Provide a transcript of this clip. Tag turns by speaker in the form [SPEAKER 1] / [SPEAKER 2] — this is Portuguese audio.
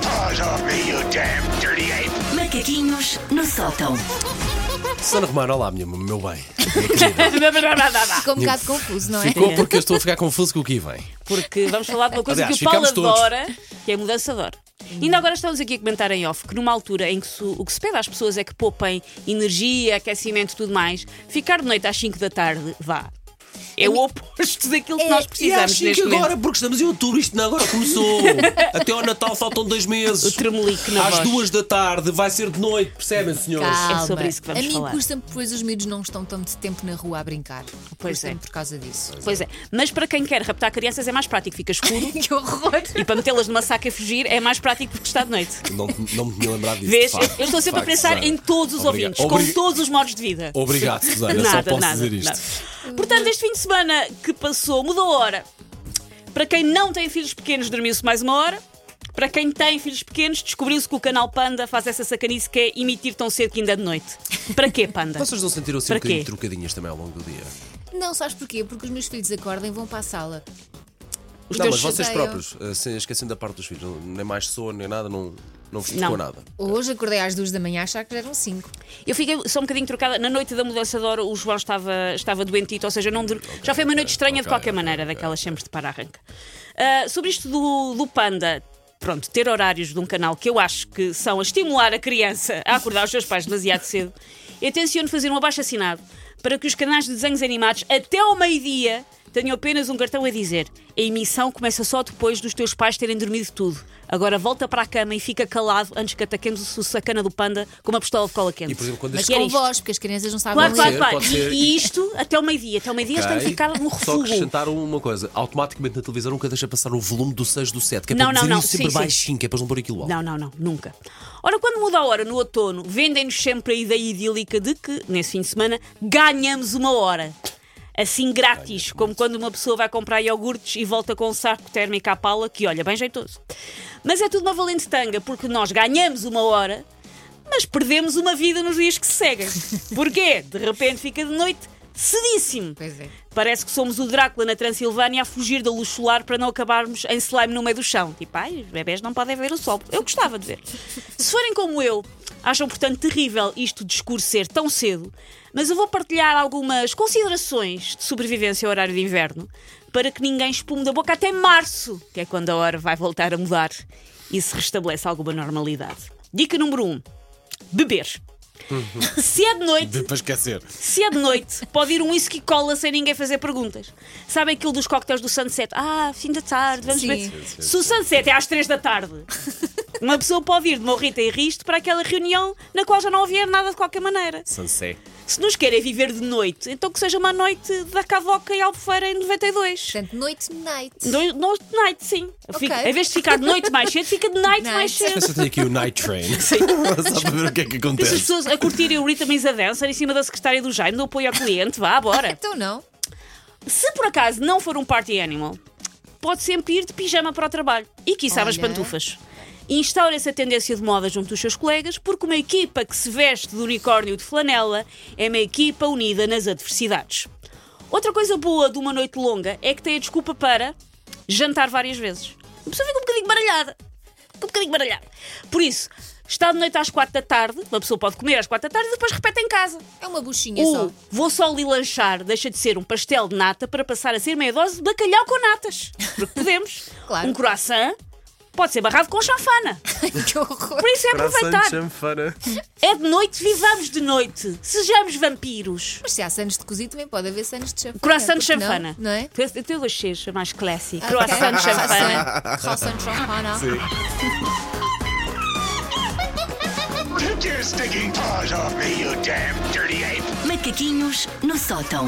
[SPEAKER 1] paws off me, you damn dirty ape!
[SPEAKER 2] Macaquinhos no sótão.
[SPEAKER 3] Susana Romano, olá, minha, meu bem.
[SPEAKER 4] Ficou um bocado confuso, não é?
[SPEAKER 3] Ficou porque eu estou a ficar confuso com o que vem.
[SPEAKER 5] Porque vamos falar de uma coisa
[SPEAKER 3] Aliás,
[SPEAKER 5] que o Paulo
[SPEAKER 3] ficámos todos.
[SPEAKER 5] adora, que é a mudança de hora. Ainda agora estamos aqui a comentar em off que numa altura em que se- o que se pede às pessoas é que poupem energia, aquecimento e tudo mais, ficar de noite às 5 da tarde, vá. É o oposto daquilo que nós precisamos
[SPEAKER 3] É, e acho
[SPEAKER 5] neste
[SPEAKER 3] que
[SPEAKER 5] momento.
[SPEAKER 3] agora, porque estamos em outubro, isto não agora começou. Até ao Natal faltam dois meses.
[SPEAKER 5] O tremelique na
[SPEAKER 3] Às
[SPEAKER 5] voz.
[SPEAKER 3] duas da tarde, vai ser de noite, percebem, senhores?
[SPEAKER 4] Calma.
[SPEAKER 5] É sobre isso que vamos
[SPEAKER 4] A mim
[SPEAKER 5] falar.
[SPEAKER 4] custa-me, pois os miúdos não estão tanto tempo na rua a brincar.
[SPEAKER 5] Pois
[SPEAKER 4] custa-me
[SPEAKER 5] é.
[SPEAKER 4] por causa disso.
[SPEAKER 5] Pois é. Mas para quem quer raptar crianças é mais prático, fica escuro.
[SPEAKER 4] Que horror!
[SPEAKER 5] e para metê-las numa saca e fugir é mais prático porque está de noite.
[SPEAKER 3] Não, não me tinha lembrado disso.
[SPEAKER 5] Vês?
[SPEAKER 3] de facto,
[SPEAKER 5] Eu estou sempre a
[SPEAKER 3] de facto,
[SPEAKER 5] pensar
[SPEAKER 3] Susana.
[SPEAKER 5] em todos os
[SPEAKER 3] Obrigado.
[SPEAKER 5] ouvintes,
[SPEAKER 3] Obri-
[SPEAKER 5] com todos os modos de vida.
[SPEAKER 3] Obrigado, Susana,
[SPEAKER 5] nada,
[SPEAKER 3] só posso
[SPEAKER 5] nada,
[SPEAKER 3] dizer isto.
[SPEAKER 5] nada. Portanto, este fim de semana que passou mudou a hora. Para quem não tem filhos pequenos, dormiu-se mais uma hora. Para quem tem filhos pequenos, descobriu-se que o canal Panda faz essa sacanice que é emitir tão cedo que ainda é de noite. Para quê, Panda?
[SPEAKER 3] Vocês não sentiram assim um
[SPEAKER 5] Para
[SPEAKER 3] bocadinho
[SPEAKER 5] quê?
[SPEAKER 3] trocadinhas também ao longo do dia?
[SPEAKER 4] Não, sabes porquê? Porque os meus filhos acordam e vão para a sala.
[SPEAKER 5] Os
[SPEAKER 3] não, mas
[SPEAKER 5] teus
[SPEAKER 3] vocês
[SPEAKER 4] chateiam.
[SPEAKER 3] próprios, eh, sem- esquecendo da parte dos filhos, não- nem mais sono, nem nada, não, não vos tocou
[SPEAKER 5] Não.
[SPEAKER 3] nada.
[SPEAKER 4] Hoje acordei às duas da manhã a achar que já eram cinco.
[SPEAKER 5] Eu fiquei só um bocadinho trocada. Na noite da mudança de hora, o João estava, estava doentito, ou seja, não dur- já foi uma noite estranha de
[SPEAKER 3] ok,
[SPEAKER 5] qualquer
[SPEAKER 3] ok,
[SPEAKER 5] maneira, daquelas sempre de para-arranca. Ah, sobre isto do, do Panda. Pronto, ter horários de um canal que eu acho que são a estimular a criança a acordar os seus pais demasiado cedo, eu tenciono fazer um abaixo-assinado para que os canais de desenhos animados até ao meio-dia tenham apenas um cartão a dizer a emissão começa só depois dos teus pais terem dormido tudo. Agora volta para a cama e fica calado antes que ataquemos o sacana do panda com uma pistola de cola quente.
[SPEAKER 3] E, por exemplo, quando
[SPEAKER 4] Mas
[SPEAKER 5] E era
[SPEAKER 4] com
[SPEAKER 5] é isto.
[SPEAKER 4] voz, porque as crianças não sabem
[SPEAKER 5] Claro,
[SPEAKER 3] Pode
[SPEAKER 5] claro,
[SPEAKER 4] ler.
[SPEAKER 5] claro.
[SPEAKER 3] ser, pode
[SPEAKER 5] E, e isto até ao meio-dia. Até ao meio-dia eles têm que
[SPEAKER 3] Ok.
[SPEAKER 5] ficar num
[SPEAKER 3] Só
[SPEAKER 5] um refúgio.
[SPEAKER 3] acrescentaram uma coisa: automaticamente na televisão nunca deixa passar o volume do 6 do 7, que é
[SPEAKER 5] Não,
[SPEAKER 3] para
[SPEAKER 5] não,
[SPEAKER 3] dizer
[SPEAKER 5] não,
[SPEAKER 3] isso sempre
[SPEAKER 5] sim, sim.
[SPEAKER 3] baixinho, que é para não pôr aquilo alto.
[SPEAKER 5] Não, não, não, nunca. Ora, quando muda a hora no outono, vendem-nos sempre a ideia idílica de que, nesse fim de semana, ganhamos uma hora. Assim grátis, como quando uma pessoa vai comprar iogurtes e volta com um saco térmico à pala, que olha, bem jeitoso. Mas é tudo uma valente tanga, porque nós ganhamos uma hora, mas perdemos uma vida nos dias que se seguem. Porquê? De repente fica de noite cedíssimo.
[SPEAKER 4] Pois é.
[SPEAKER 5] Parece que somos o Drácula na Transilvânia a fugir da luz solar para não acabarmos em slime no meio do chão. Tipo, ai, os bebés não podem ver o sol. Eu gostava de ver. Se forem como eu, acham, portanto, terrível isto de escurecer tão cedo, mas eu vou partilhar algumas considerações de sobrevivência ao horário de inverno para que ninguém espume da boca até março, que é quando a hora vai voltar a mudar e se restabelece alguma normalidade. Dica número 1. Um, beber. Se é de noite,
[SPEAKER 3] Para esquecer.
[SPEAKER 5] se é de noite, pode ir um whisky cola sem ninguém fazer perguntas. Sabem aquilo dos coquetéis do sunset? Ah, fim da tarde, vamos
[SPEAKER 4] Sim.
[SPEAKER 5] ver.
[SPEAKER 4] Sim,
[SPEAKER 5] Se o sunset é às três da tarde, uma pessoa pode ir de morrita e risto para aquela reunião na qual já não havia nada de qualquer maneira.
[SPEAKER 3] Sansé.
[SPEAKER 5] Se nos querem viver de noite, então que seja uma noite da Cavoca e Albufeira em 92.
[SPEAKER 4] Portanto, noite, night.
[SPEAKER 5] Do, no, night, sim. Fica-
[SPEAKER 4] Ok.
[SPEAKER 5] em vez de ficar de noite mais cedo, fica de night,
[SPEAKER 4] Night.
[SPEAKER 5] mais cedo.
[SPEAKER 3] Pensa tem aqui o Night Train. Só para ver o que é que
[SPEAKER 5] Deixa as
[SPEAKER 3] acontece.
[SPEAKER 5] pessoas a curtirem o Rhythm is a Dancer em cima da secretária do Jaime, do apoio ao cliente, vá, bora.
[SPEAKER 4] Então não.
[SPEAKER 5] Se por acaso não for um party animal, pode sempre ir de pijama para o trabalho e quiçá as
[SPEAKER 4] Olha.
[SPEAKER 5] pantufas. Instaura essa tendência de moda junto dos seus colegas, porque uma equipa que se veste de unicórnio de flanela é uma equipa unida nas adversidades. Outra coisa boa de uma noite longa é que tem a desculpa para jantar várias vezes. A pessoa fica um bocadinho baralhada. Fica um bocadinho baralhada. Por isso, está de noite às quatro da tarde, uma pessoa pode comer às quatro da tarde e depois repete em casa.
[SPEAKER 4] É uma buchinha
[SPEAKER 5] O
[SPEAKER 4] só.
[SPEAKER 5] vou só lhe lanchar deixa de ser um pastel de nata para passar a ser meia dose de bacalhau com natas. Porque podemos.
[SPEAKER 4] Claro.
[SPEAKER 5] Um croissant pode ser barrado com chanfana.
[SPEAKER 4] que horror.
[SPEAKER 5] Por isso é aproveitar.
[SPEAKER 3] chanfana.
[SPEAKER 5] É de noite, vivamos de noite. Sejamos vampiros.
[SPEAKER 4] Mas se há sanos de cozido, também pode haver sanos de chanfana.
[SPEAKER 5] Croissant de
[SPEAKER 4] porque não?
[SPEAKER 5] chanfana.
[SPEAKER 4] Não é?
[SPEAKER 5] Tu- Eu dois Cs mais clássico.
[SPEAKER 4] Ah,
[SPEAKER 5] Croissant de
[SPEAKER 4] ok.
[SPEAKER 5] chanfana.
[SPEAKER 4] Croissant de chanfana.
[SPEAKER 1] Take your stinking paws off me, you damn dirty ape!
[SPEAKER 2] Macaquinhos no sótão.